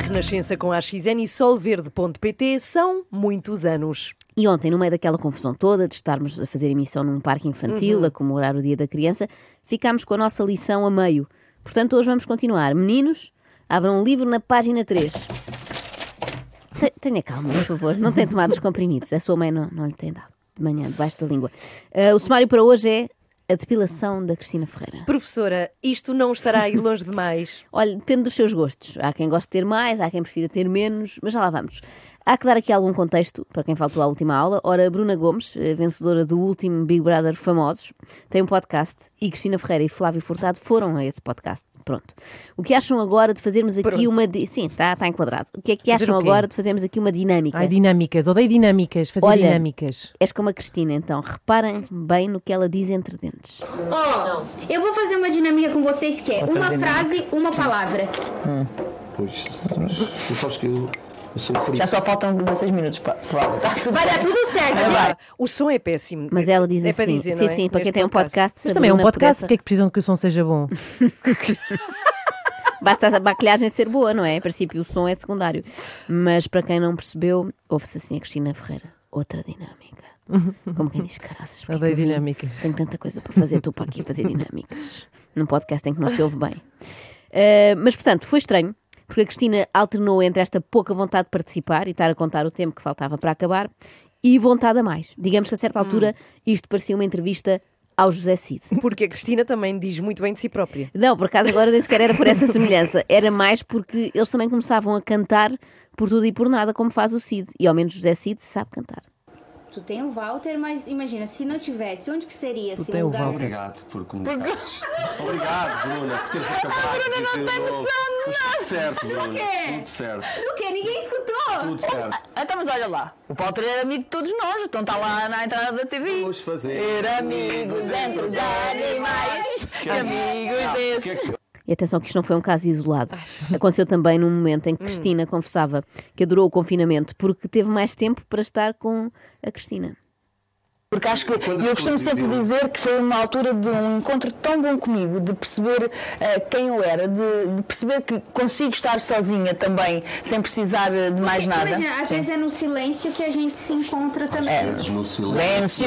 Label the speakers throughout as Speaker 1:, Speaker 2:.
Speaker 1: Renascença com a XN e solverde.pt são muitos anos.
Speaker 2: E ontem, no meio daquela confusão toda de estarmos a fazer emissão num parque infantil, a comemorar o Dia da Criança, ficámos com a nossa lição a meio. Portanto, hoje vamos continuar. Meninos, abram um livro na página 3. Te- Tenha calma, por favor. Não tem tomado os comprimidos. A sua mãe não, não lhe tem dado. De manhã, debaixo da língua. Ah, o sumário para hoje é a depilação da Cristina Ferreira.
Speaker 1: Professora, isto não estará aí longe demais.
Speaker 2: Olha, depende dos seus gostos. Há quem goste de ter mais, há quem prefira ter menos, mas já lá vamos. Há que dar aqui algum contexto para quem faltou à última aula. Ora, Bruna Gomes, eh, vencedora do último Big Brother Famosos, tem um podcast e Cristina Ferreira e Flávio Furtado foram a esse podcast. Pronto. O que acham agora de fazermos aqui
Speaker 1: Pronto.
Speaker 2: uma. di- Sim, está tá enquadrado. O que é que
Speaker 3: Fazer
Speaker 2: acham
Speaker 3: o quê?
Speaker 2: agora de fazermos aqui uma dinâmica?
Speaker 3: Ai, dinâmicas, odeio dinâmicas, fazer
Speaker 2: Olha.
Speaker 3: dinâmicas.
Speaker 2: És como a Cristina, então. Reparem bem no que ela diz entre dentes.
Speaker 4: Ó, eu vou fazer uma dinâmica com vocês que é uma frase, uma palavra.
Speaker 5: Pois, mas tu sabes que eu, eu sou frio.
Speaker 6: Já só faltam 16 minutos para voltar tudo.
Speaker 4: Vai dar tudo certo.
Speaker 1: O som é péssimo.
Speaker 2: Mas ela diz
Speaker 1: é
Speaker 2: assim.
Speaker 1: Para dizer,
Speaker 2: sim,
Speaker 1: não é?
Speaker 2: sim, para quem
Speaker 1: Neste
Speaker 2: tem um podcast. se
Speaker 3: Mas
Speaker 2: a
Speaker 3: também é um
Speaker 2: Bruna
Speaker 3: podcast,
Speaker 2: pudesse-
Speaker 3: porque é que precisam que o som seja bom?
Speaker 2: Basta a maquilhagem ser boa, não é? Em princípio, o som é secundário. Mas para quem não percebeu, ouve-se assim a Cristina Ferreira. Outra dinâmica. Como quem diz, caraças, porque é que
Speaker 3: Odeio
Speaker 2: eu vim?
Speaker 3: dinâmicas.
Speaker 2: Tenho tanta coisa por fazer, estou para aqui a fazer dinâmicas. Num podcast em que não se ouve bem. Uh, mas, portanto, foi estranho, porque a Cristina alternou entre esta pouca vontade de participar e estar a contar o tempo que faltava para acabar e vontade a mais. Digamos que a
Speaker 3: Hum.
Speaker 2: certa altura isto parecia uma entrevista ao José Cid.
Speaker 1: Porque a Cristina também diz muito bem de si própria.
Speaker 2: Não, por acaso agora nem sequer era por essa semelhança. Era mais porque eles também começavam a cantar por tudo e por nada, como faz o Cid. E ao menos José Cid sabe cantar.
Speaker 4: Tu tem o Walter, mas imagina, se não tivesse, onde que seria? assim, um
Speaker 3: tem o Walter.
Speaker 5: Obrigado por comunicares. Obrigado, Bruna, por teres acabado de dizer não tem noção Tudo certo, Bruna.
Speaker 4: quê?
Speaker 5: Tudo certo,
Speaker 4: Do que? Ninguém escutou.
Speaker 5: tudo certo.
Speaker 6: Então, mas olha lá, o Walter era amigo de todos nós, então está lá na entrada da TV.
Speaker 5: Vamos fazer
Speaker 6: Ser amigos entre os animais, que amigos
Speaker 5: O
Speaker 6: desse.
Speaker 5: é que é que
Speaker 2: E atenção que isto não foi um caso isolado. Aconteceu também num momento em que Cristina confessava que adorou o confinamento porque teve mais tempo para estar com a Cristina.
Speaker 6: Porque acho que e eu costumo sempre dizer que foi uma altura de um encontro tão bom comigo, de perceber eh, quem eu era, de, de perceber que consigo estar sozinha também, sem precisar eh, de mais nada.
Speaker 4: Imagina, às vezes é no silêncio que a gente se encontra também.
Speaker 3: É.
Speaker 5: fazes no silêncio?
Speaker 6: Silêncio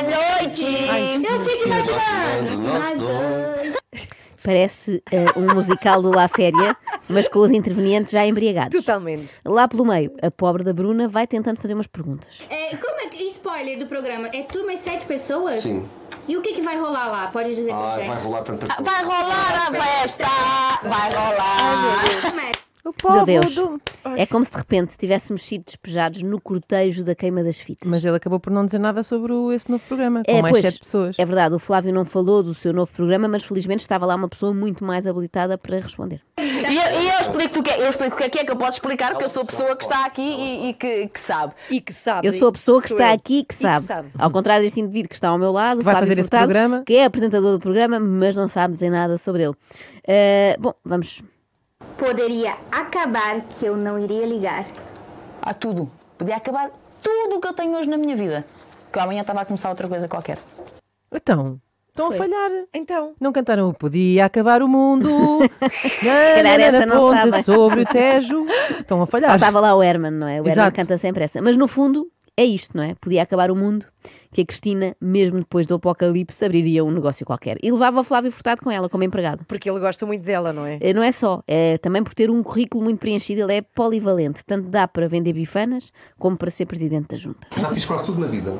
Speaker 6: da noite!
Speaker 4: Eu fico imaginando. Nós dois.
Speaker 2: Parece eh, um musical do La Féria, mas com os intervenientes já embriagados.
Speaker 1: tá- Totalmente.
Speaker 2: Lá pelo meio, a pobre da Bruna vai tentando fazer umas perguntas.
Speaker 4: É, como é que. Spoiler do programa. É tu mais sete pessoas?
Speaker 5: Sim.
Speaker 4: E o que, que vai rolar lá? Pode dizer pra
Speaker 3: Ah,
Speaker 5: Ai, vai
Speaker 4: gente.
Speaker 5: rolar tanta coisa.
Speaker 6: Ah, Vai rolar a festa! Vai rolar!
Speaker 4: Começa.
Speaker 3: O
Speaker 2: Meu Deus, é como se de repente tivéssemos sido despejados no cortejo da queima das fitas.
Speaker 3: Mas ele acabou por não dizer nada sobre o- esse novo programa, com
Speaker 2: É,
Speaker 3: mais
Speaker 2: pois,
Speaker 3: sete pessoas.
Speaker 2: É verdade, o Flávio não falou do seu novo programa, mas felizmente estava lá uma pessoa muito mais habilitada para responder.
Speaker 6: E eu, e eu explico o que é, eu explico o que é que é que eu posso explicar, que eu sou a pessoa que está aqui e, e que, que sabe.
Speaker 1: E que sabe.
Speaker 2: Eu sou a pessoa que
Speaker 1: sou
Speaker 2: está
Speaker 1: eu.
Speaker 2: aqui e que
Speaker 1: E
Speaker 2: sabe. Ao contrário deste indivíduo que está ao meu lado, o
Speaker 3: Vai
Speaker 2: Flávio
Speaker 3: fazer esse
Speaker 2: Furtado,
Speaker 3: programa.
Speaker 2: que é apresentador do programa, mas não sabe dizer nada sobre ele. Eh, bom, vamos.
Speaker 4: Poderia acabar que eu não iria ligar.
Speaker 6: Há tudo. Podia acabar tudo o que eu tenho hoje na minha vida. Que eu amanhã estava a começar outra coisa qualquer.
Speaker 3: Então, estão a falhar.
Speaker 1: Então,
Speaker 3: Não cantaram o Podia Acabar o Mundo. Se
Speaker 2: calhar essa não
Speaker 3: ponte
Speaker 2: sabem.
Speaker 3: sobre o Tejo. Estão a falhar.
Speaker 2: Estava lá o Herman, não é? O Herman
Speaker 3: Exato.
Speaker 2: canta sempre essa. Mas no fundo, é isto, não é? Podia acabar o mundo que a Cristina, mesmo depois do apocalipse, abriria um negócio qualquer. E levava o Flávio Furtado com ela, como empregado.
Speaker 1: porque ele gosta muito dela, não é?
Speaker 2: Eh, Não é só, é também por ter um currículo muito preenchido, ele é polivalente. Tanto dá para vender bifanas como para ser presidente da junta.
Speaker 5: Já fiz quase tudo na vida.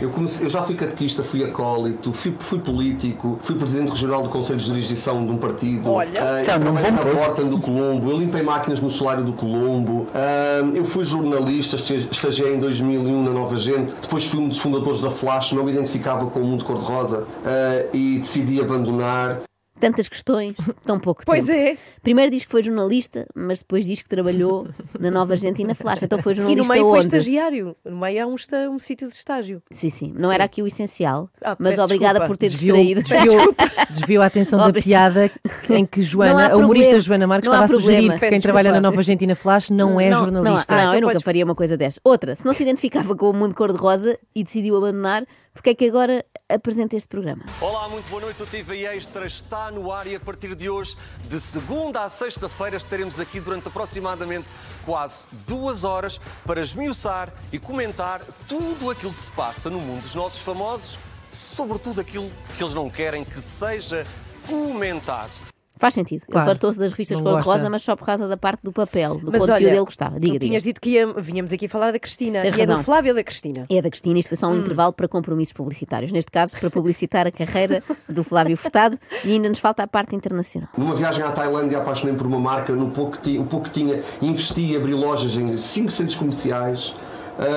Speaker 5: Eu, comecei- eu já fui catequista, fui acólito, fui, fui político, fui presidente regional do Conselho de Jurisdição de um partido.
Speaker 1: Olha,
Speaker 5: Ah, eu
Speaker 6: então, não
Speaker 5: trabalhei
Speaker 6: bom
Speaker 5: na
Speaker 6: coisa.
Speaker 5: Vorten do Colombo, eu limpei máquinas no solário do Colombo, Ah, eu fui jornalista, este- estagiei em 2001 na Nova Gente, depois fui um dos fundadores da Flash, não me identificava com o mundo cor-de-rosa ah, e decidi abandonar.
Speaker 2: Tantas questões, tão pouco
Speaker 1: Pois
Speaker 2: tempo.
Speaker 1: é.
Speaker 2: Primeiro diz que foi jornalista, mas depois diz que trabalhou na Nova Gente e na Flash. Então
Speaker 1: E
Speaker 2: foi
Speaker 1: no
Speaker 2: jornalista
Speaker 1: meio foi
Speaker 2: onde?
Speaker 1: estagiário. No meio há um, esta- um sítio de estágio.
Speaker 2: Sim, sim. Não era aqui o essencial,
Speaker 1: Ah,
Speaker 2: mas
Speaker 1: peço
Speaker 2: obrigada
Speaker 1: desculpa.
Speaker 2: por ter
Speaker 3: Desviou,
Speaker 2: distraído.
Speaker 3: desviou, desviou a atenção da
Speaker 2: Obri-
Speaker 3: piada em que
Speaker 2: Não há
Speaker 3: Joana, a
Speaker 2: problema.
Speaker 3: humorista Joana Marques
Speaker 2: Não há
Speaker 3: estava a sugerir
Speaker 2: problema.
Speaker 3: que
Speaker 1: Peço
Speaker 3: quem trabalha na
Speaker 1: desculpa.
Speaker 3: Nova Gente e na Flash não
Speaker 1: Não, não
Speaker 3: é
Speaker 1: há-
Speaker 3: jornalista.
Speaker 2: Não,
Speaker 1: Ah,
Speaker 2: não,
Speaker 1: então
Speaker 2: eu nunca
Speaker 1: podes-
Speaker 2: faria uma coisa desta. Outra, se não se identificava com o mundo cor-de-rosa e decidiu abandonar, porque é que agora apresenta este programa.
Speaker 7: Olá, muito boa noite. O TV Extra está no ar e a partir de hoje, de segunda a sexta-feira, estaremos aqui durante aproximadamente quase duas horas para esmiuçar e comentar tudo aquilo que se passa no mundo dos nossos famosos, sobretudo aquilo que eles não querem que seja comentado.
Speaker 2: Faz sentido.
Speaker 3: Claro.
Speaker 2: Ele fartou-se das revistas
Speaker 3: Não
Speaker 2: cor-de-rosa,
Speaker 3: gosta.
Speaker 2: mas só por causa da parte do papel, do
Speaker 1: Mas
Speaker 2: conteúdo
Speaker 1: olha,
Speaker 2: ele gostava.
Speaker 1: tu
Speaker 2: Diga, diga.
Speaker 1: tinhas dito que ia- vínhamos aqui falar da Cristina. e
Speaker 2: Tens
Speaker 1: é
Speaker 2: razão.
Speaker 1: do Flávio da Cristina.
Speaker 2: É da Cristina, isto foi só um intervalo para compromissos publicitários. Neste caso, para publicitar a carreira do Flávio Furtado e ainda nos falta a parte internacional.
Speaker 5: Numa viagem à Tailândia apaixonei por uma marca, no pouco que tinha, o pouco que tinha investi e abri lojas em cinco centros comerciais,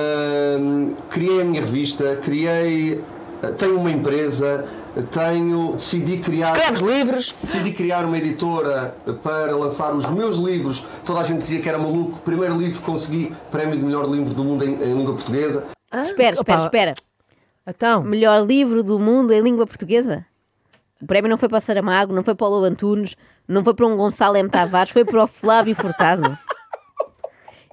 Speaker 5: Ahm, criei a minha revista, criei, tenho uma empresa, tenho, decidi criar...
Speaker 6: Escreves livros,
Speaker 5: Decidi criar uma editora para lançar os meus livros. Toda a gente dizia que era maluco. Primeiro livro que consegui, prémio de melhor livro do mundo em, em língua portuguesa.
Speaker 2: espera, espera,
Speaker 3: opa.
Speaker 2: espera.
Speaker 3: Então,
Speaker 2: Melhor livro do mundo em língua portuguesa? O prémio não foi para Saramago, não foi para o Lobo Antunes, não foi para um Gonçalo M. Tavares, foi para o Flávio Furtado.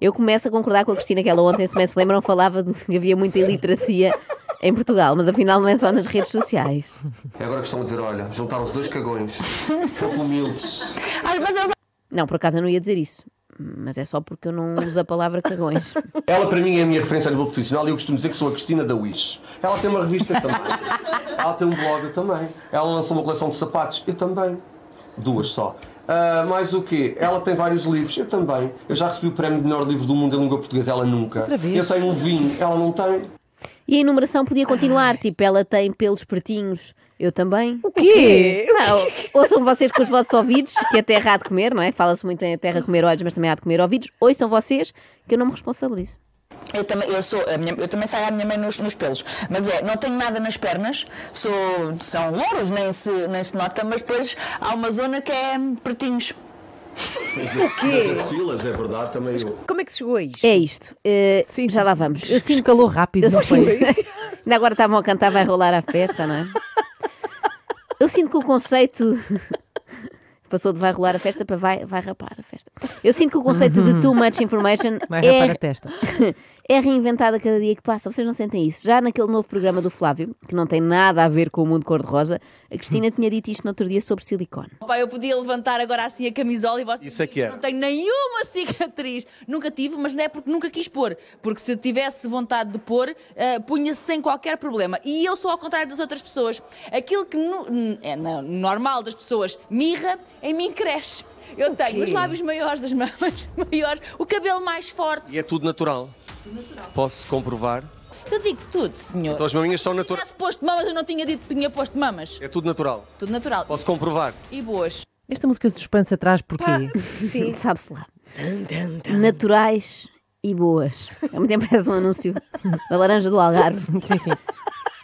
Speaker 2: Eu começo a concordar com a Cristina que ela ontem, se bem se lembram, falava de que havia muita iliteracia em Portugal, mas afinal não é só nas redes sociais.
Speaker 5: É agora que estão a dizer: olha, juntaram os dois cagões, pouco humildes.
Speaker 6: às vezes eles
Speaker 2: Não, por acaso eu não ia dizer isso. Mas é só porque eu não uso a palavra cagões.
Speaker 5: Ela, para mim, é a minha referência a nível profissional e eu costumo dizer que sou a Cristina da Wish. Ela tem uma revista também. Ela tem um blog, eu também. Ela lançou uma coleção de sapatos, eu também. Duas só. Ah, mais o quê? Ela tem vários livros, eu também. Eu já recebi o prémio de melhor livro do mundo em língua portuguesa, ela nunca.
Speaker 3: Outra vez.
Speaker 5: Eu tenho um vinho, ela não tem.
Speaker 2: E a enumeração podia continuar, tipo, ela tem pelos pretinhos, eu também.
Speaker 3: o quê?
Speaker 2: Não, ouçam vocês com os vossos ouvidos, que a terra há de comer, não é? Fala-se muito em a terra comer olhos, mas também há de comer ouvidos. Ouçam vocês, que eu não me responsabilizo.
Speaker 6: Eu também, eu sou, a minha- eu também saio à minha mãe nos, nos pelos, mas é, não tenho nada nas pernas, sou, são louros, nem se, nem se nota, mas depois há uma zona que é pretinhos.
Speaker 5: Mas é Silas, é verdade, também eu.
Speaker 1: Como é que se chegou a isto?
Speaker 2: É isto. Eh,
Speaker 3: Sim.
Speaker 2: já lá vamos. Eu sinto
Speaker 3: Escalou rápido,
Speaker 2: Eu
Speaker 3: não
Speaker 2: sinto...
Speaker 3: foi?
Speaker 2: Ainda agora estavam a cantar Vai Rolar a Festa, não é? Eu sinto que o conceito. Passou de vai rolar a festa para vai, vai rapar a festa. Eu sinto que o conceito de too much information
Speaker 3: Vai
Speaker 2: é,
Speaker 3: rapar a testa.
Speaker 2: é reinventado a cada dia que passa. Vocês não sentem isso? Já naquele novo programa do Flávio, que não tem nada a ver com o mundo cor-de-rosa, a Cristina tinha dito isto no outro dia sobre silicone.
Speaker 8: Pá, eu podia levantar agora assim a camisola e vocês
Speaker 7: Isso é que era.
Speaker 8: não tenho nenhuma cicatriz. Nunca tive, mas não é porque nunca quis pôr. Porque se tivesse vontade de pôr, eh, punha-se sem qualquer problema. E eu sou ao contrário das outras pessoas. Aquilo que nu- n- é na- normal das pessoas mirra, em mim cresce. Eu tenho os lábios maiores, das mamas maiores, o cabelo mais forte.
Speaker 7: E é tudo natural. Posso comprovar?
Speaker 8: Eu digo tudo, senhor.
Speaker 7: Então as maminhas são
Speaker 8: Se
Speaker 7: naturais.
Speaker 8: tivesse posto mamas, eu não tinha dito que tinha posto mamas.
Speaker 7: É tudo natural.
Speaker 8: Tudo natural.
Speaker 7: Posso comprovar?
Speaker 8: E boas.
Speaker 3: Esta música de suspense atrás, porquê?
Speaker 1: Sim.
Speaker 2: Sabe-se lá. Naturais e boas. Ao mesmo tempo parece um anúncio da laranja do Algarve.
Speaker 3: Sim, sim.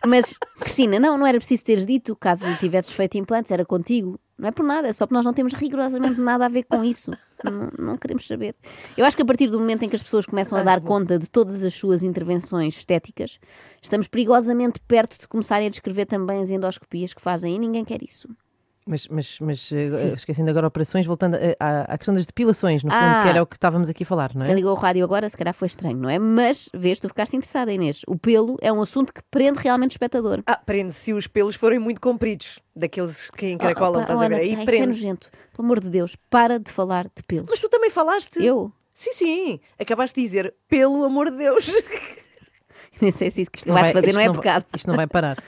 Speaker 2: Mas, Cristina, não, não era preciso teres dito, caso tivesses feito implantes, era contigo. Não é por nada, é só porque nós não temos rigorosamente nada a ver com isso. Não, não queremos saber. Eu acho que a partir do momento em que as pessoas começam a dar conta de todas as suas intervenções estéticas, estamos perigosamente perto de começarem a descrever também as endoscopias que fazem e ninguém quer isso.
Speaker 3: Mas, mas, mas eh, esquecendo agora operações, voltando eh, à, à questão das depilações, no fundo,
Speaker 2: Ah.
Speaker 3: que era o que estávamos aqui a falar, não é?
Speaker 2: Quem ligou o rádio agora, se calhar foi estranho, não é? Mas, vês, tu ficaste interessada, Inês. O pelo é um assunto que prende realmente o espectador.
Speaker 1: Ah, prende se os pelos forem muito compridos, daqueles que encaracolam,
Speaker 2: Ah, Opa,
Speaker 1: estás a ver?
Speaker 2: Ana,
Speaker 1: Aí
Speaker 2: pá, isso é
Speaker 1: prende.
Speaker 2: nojento. Pelo amor de Deus, para de falar de pelos.
Speaker 1: Mas tu também falaste.
Speaker 2: Eu?
Speaker 1: Sim, sim. Acabaste de dizer, pelo amor de Deus.
Speaker 2: Nem sei se isso que
Speaker 3: Não
Speaker 2: vais fazer
Speaker 3: isto
Speaker 2: não é
Speaker 3: vai-
Speaker 2: pecado.
Speaker 3: Isto não vai parar.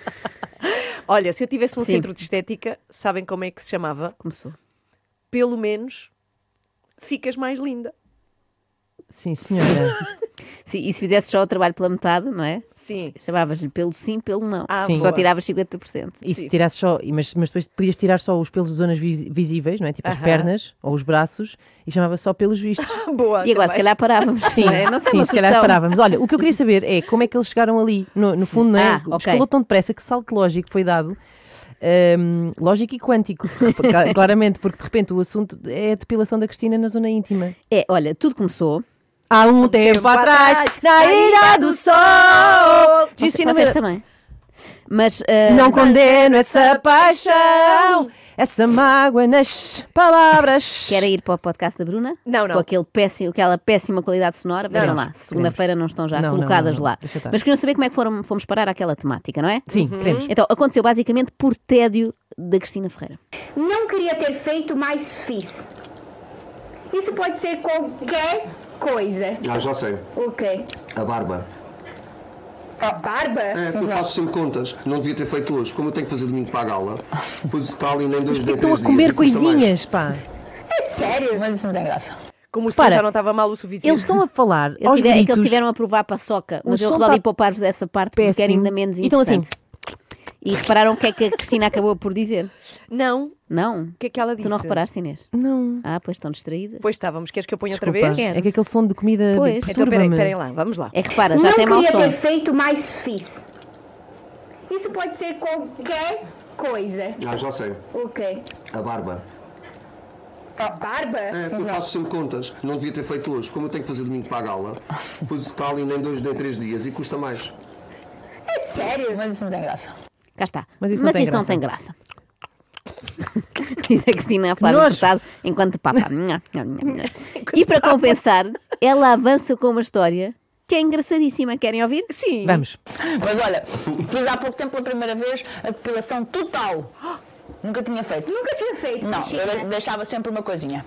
Speaker 1: Olha, se eu tivesse um
Speaker 2: Sim.
Speaker 1: centro de estética, sabem como é que se chamava?
Speaker 2: Começou.
Speaker 1: Pelo menos ficas mais linda.
Speaker 3: Sim, senhora.
Speaker 2: Sim, e se fizesse só o trabalho pela metade, não é?
Speaker 1: Sim.
Speaker 2: Chamavas-lhe pelo sim, pelo não.
Speaker 1: Ah,
Speaker 3: Sim.
Speaker 2: Só
Speaker 1: boa.
Speaker 2: tiravas 50%.
Speaker 3: E se
Speaker 1: Sim.
Speaker 3: tirasse só, e mas, mas depois podias tirar só os pelos de zonas vi- visíveis, não é? Tipo as
Speaker 1: Aham.
Speaker 3: pernas ou os braços, e chamava só pelos vistos.
Speaker 1: Boa.
Speaker 2: E agora, se
Speaker 1: também.
Speaker 2: calhar parávamos.
Speaker 3: Sim,
Speaker 2: não, é? não sei,
Speaker 3: sim
Speaker 2: uma
Speaker 3: se calhar
Speaker 2: sugestão.
Speaker 3: parávamos. Olha, o que eu queria saber é como é que eles chegaram ali, no, no fundo, não é?
Speaker 2: Ah, ok.
Speaker 3: Escalou tão depressa que salto lógico foi dado. hum, lógico e quântico, Cla- claramente, porque de repente o assunto é a depilação da Cristina na zona íntima.
Speaker 2: É, olha, tudo começou.
Speaker 3: Há um tempo, atrás, na ilha do sol.
Speaker 2: Vocês, vocês também. Mas. ah,
Speaker 3: Não condeno essa paixão. Essa mágoa nas palavras.
Speaker 2: Querem ir para o podcast da Bruna?
Speaker 1: Não, não.
Speaker 2: Com aquele péssimo, aquela péssima qualidade sonora. Vejam
Speaker 3: Não,
Speaker 2: lá,
Speaker 3: não.
Speaker 2: segunda-feira não estão já
Speaker 3: Não, não,
Speaker 2: colocadas
Speaker 3: não, não.
Speaker 2: lá.
Speaker 3: Deixa estar.
Speaker 2: Mas queriam saber como é que foram, fomos parar àquela temática, não é?
Speaker 3: Sim,
Speaker 1: Uhum.
Speaker 3: queremos.
Speaker 2: Então, aconteceu basicamente por tédio da Cristina Ferreira.
Speaker 4: Não queria ter feito, mas fiz. Isso pode ser qualquer coisa.
Speaker 5: Ah, já sei.
Speaker 4: O quê?
Speaker 5: A barba.
Speaker 4: A barba?
Speaker 5: É, eu faço sempre contas. Não devia ter feito hoje. Como eu tenho que fazer domingo para a gala, depois está ali nem dois
Speaker 3: Mas porquê que
Speaker 5: nem
Speaker 3: estão
Speaker 5: três
Speaker 3: a comer
Speaker 5: dias, e custa mais.
Speaker 3: coisinhas, pá?
Speaker 4: Sério?
Speaker 6: Mas isso não tem graça.
Speaker 1: Como o som
Speaker 3: Para.
Speaker 1: já não estava mal o suficiente.
Speaker 3: Eles estão a falar.
Speaker 2: Eles
Speaker 3: aos
Speaker 2: tiver- é que
Speaker 3: gritos.
Speaker 2: eles tiveram a provar para a soca, mas eu
Speaker 3: som
Speaker 2: resolvi
Speaker 3: tá
Speaker 2: poupar-vos essa parte porque era
Speaker 3: péssimo.
Speaker 2: ainda menos
Speaker 3: Então, assim.
Speaker 2: interessante. E repararam o que é que a Cristina acabou por dizer?
Speaker 1: Não, o
Speaker 2: Não?
Speaker 1: que é que ela disse?
Speaker 2: Tu não reparaste, Inês?
Speaker 3: Não.
Speaker 2: Ah, pois estão distraídas.
Speaker 1: Pois estávamos, queres que eu ponha outra
Speaker 3: Desculpa.
Speaker 1: vez?
Speaker 3: É que aquele som de comida
Speaker 2: Pois.
Speaker 1: Então peraí,
Speaker 3: perturba-me.
Speaker 1: peraí lá, vamos lá.
Speaker 2: É que repara, já
Speaker 4: não
Speaker 2: tem mau
Speaker 4: queria
Speaker 2: som.
Speaker 4: ter feito, mas fiz. Isso pode ser qualquer coisa.
Speaker 5: Ah, já sei.
Speaker 4: O quê?
Speaker 5: A barba.
Speaker 4: A barba?
Speaker 5: É, eu faço sempre contas. Não devia ter feito hoje. Como eu tenho que fazer domingo para a gala, depois está ali nem dois nem três dias e custa mais.
Speaker 4: Sério?
Speaker 6: Mas isso não tem graça.
Speaker 2: Cá está.
Speaker 3: Mas isso não tem
Speaker 2: não
Speaker 3: graça.
Speaker 2: tem graça. Diz a Cristina a falar
Speaker 3: nojo.
Speaker 2: um cortado enquanto papa. Nhá, nhá, nhá, nhá. e para compensar, ela avança com uma história que é engraçadíssima. Querem ouvir?
Speaker 1: Sim.
Speaker 3: Vamos.
Speaker 6: Mas olha, fiz há pouco tempo pela primeira vez a depilação total. Nunca tinha feito.
Speaker 4: Nunca tinha feito,
Speaker 6: Não,
Speaker 4: Cristina.
Speaker 6: eu de- deixava sempre uma coisinha.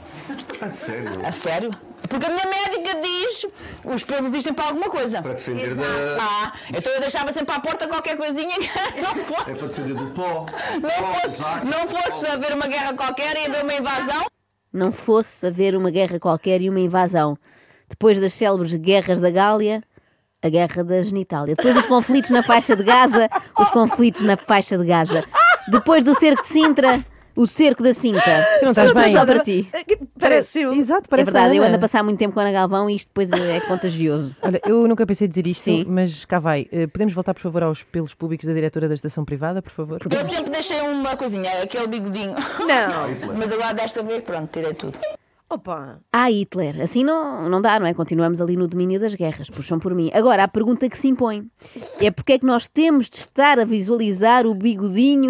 Speaker 5: A sério?
Speaker 6: A sério? Porque a minha médica diz os pelos existem para alguma coisa.
Speaker 5: Para defender da.
Speaker 6: Ah, então eu deixava sempre à porta qualquer coisinha que não
Speaker 5: É para
Speaker 6: fosse.
Speaker 5: defender do pó.
Speaker 6: Não
Speaker 5: Pó,
Speaker 6: fosse,
Speaker 5: saco,
Speaker 6: não
Speaker 5: pó.
Speaker 6: fosse haver uma guerra qualquer e haver uma invasão.
Speaker 2: Não fosse haver uma guerra qualquer e uma invasão. Depois das célebres guerras da Gália, a guerra da genitália. Depois dos conflitos na faixa de Gaza, os conflitos na faixa de Gaza. Depois do cerco de Sintra, o cerco da Cinta.
Speaker 3: Tu não estás bem.
Speaker 2: Só para ti.
Speaker 1: Parece eu.
Speaker 3: Exato,
Speaker 2: É
Speaker 3: parece a
Speaker 2: verdade, eu
Speaker 3: Ana.
Speaker 2: ando a passar muito tempo com a Ana Galvão e isto depois é contagioso.
Speaker 3: Olha, eu nunca pensei dizer isto,
Speaker 2: Sim.
Speaker 3: mas cá vai. Eh, Podemos voltar, por favor, aos pelos públicos da diretora da estação privada, por favor?
Speaker 6: Eu sempre deixei uma coisinha, aquele bigodinho.
Speaker 1: Não.
Speaker 6: Mas agora desta vez, pronto, tirei tudo.
Speaker 1: Opa.
Speaker 2: Ah, Hitler, assim não, não dá, não é? Continuamos ali no domínio das guerras, puxam por mim. Agora, a pergunta que se impõe é porque é que nós temos de estar a visualizar o bigodinho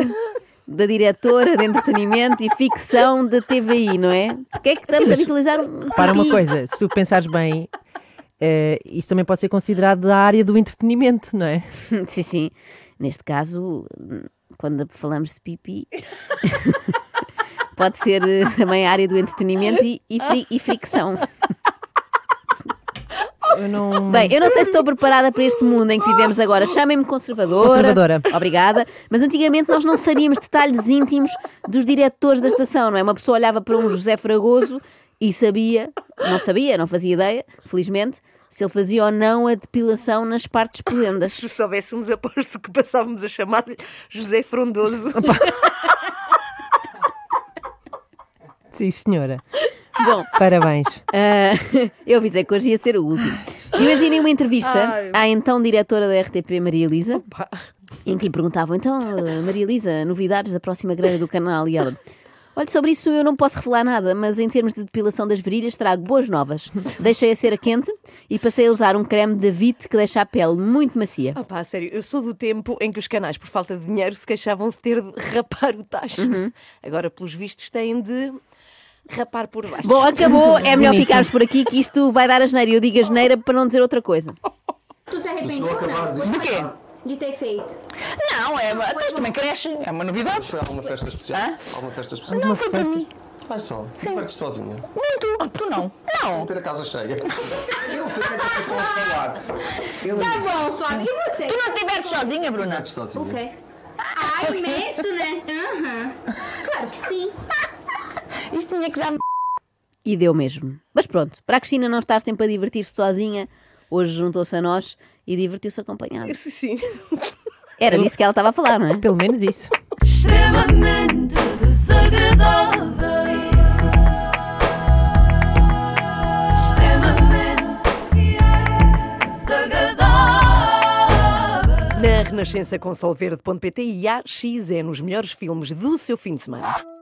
Speaker 2: da diretora de entretenimento e ficção da TVI, não é? Porque é que estamos a visualizar um
Speaker 3: Para uma
Speaker 2: pipi?
Speaker 3: coisa, se tu pensares bem, eh, isso também pode ser considerado da área do entretenimento, não é?
Speaker 2: sim, sim. Neste caso, quando falamos de pipi, pode ser eh, também a área do entretenimento e, e, fri- e fricção.
Speaker 3: Eu não.
Speaker 2: Bem, eu não sei se estou preparada para este mundo em que vivemos agora. Chamem-me conservadora.
Speaker 3: Conservadora.
Speaker 2: Obrigada. Mas antigamente nós não sabíamos detalhes íntimos dos diretores da estação, não é? Uma pessoa olhava para um José Fragoso e sabia, não sabia, não fazia ideia, felizmente, se ele fazia ou não a depilação nas partes pelendas.
Speaker 1: Se soubéssemos, aposto que passávamos a chamar-lhe José Frondoso.
Speaker 3: Sim, senhora.
Speaker 2: Bom,
Speaker 3: Parabéns.
Speaker 2: Ah, eu avisei que hoje ia ser o último. Imaginem uma entrevista
Speaker 1: Ai.
Speaker 2: à então diretora da RTP, Maria Elisa, em que lhe perguntavam: então, eh, Maria Elisa, novidades da próxima grelha do canal? E ela. Olha, sobre isso eu não posso revelar nada, mas em termos de depilação das virilhas trago boas novas. Deixei a cera quente e passei a usar um creme de Vite que deixa a pele muito macia.
Speaker 1: Opa, Ah, a sério, eu sou do tempo em que os canais, por falta de dinheiro, se queixavam de ter de rapar o tacho. Agora, pelos vistos, têm de rapar por baixo.
Speaker 2: Bom, acabou, é melhor
Speaker 3: Bonito.
Speaker 2: ficarmos por aqui que isto vai dar a geneira. Eu digo a geneira para não dizer outra coisa.
Speaker 4: Tu se arrependeu ou não?
Speaker 5: acabares
Speaker 4: Foi
Speaker 5: isto.
Speaker 6: De quê?
Speaker 4: De ter feito.
Speaker 6: Não, é uma, até isto também cresce, é uma novidade.
Speaker 5: Foi alguma festa especial?
Speaker 6: Hã?
Speaker 5: Alguma festa especial?
Speaker 6: Não foi para mim.
Speaker 5: Faz só. Partes sozinha.
Speaker 6: Não, tu, Ah, tu não. Não.
Speaker 5: Vou ter a casa cheia. Eu não sei o que é que vocês estão a falar. Eu
Speaker 4: Tá bom, Flávio. E você?
Speaker 6: Tu não estiveres sozinha, Bruna.
Speaker 5: partes sozinha.
Speaker 4: O quê? Ah, imenso, né? Aham. Claro que sim.
Speaker 6: Isto tinha que dar
Speaker 2: E deu mesmo. Mas pronto, para a Cristina não estar sempre a divertir-se sozinha, hoje juntou-se a nós e divertiu-se acompanhada.
Speaker 1: Isso sim.
Speaker 2: Era disso que ela estava a falar, não é?
Speaker 3: Pelo menos isso.
Speaker 9: extremamente desagradável. Extremamente desagradável.
Speaker 1: é Na Renascença com solverde.pt e AXN, os melhores filmes do seu fim de semana.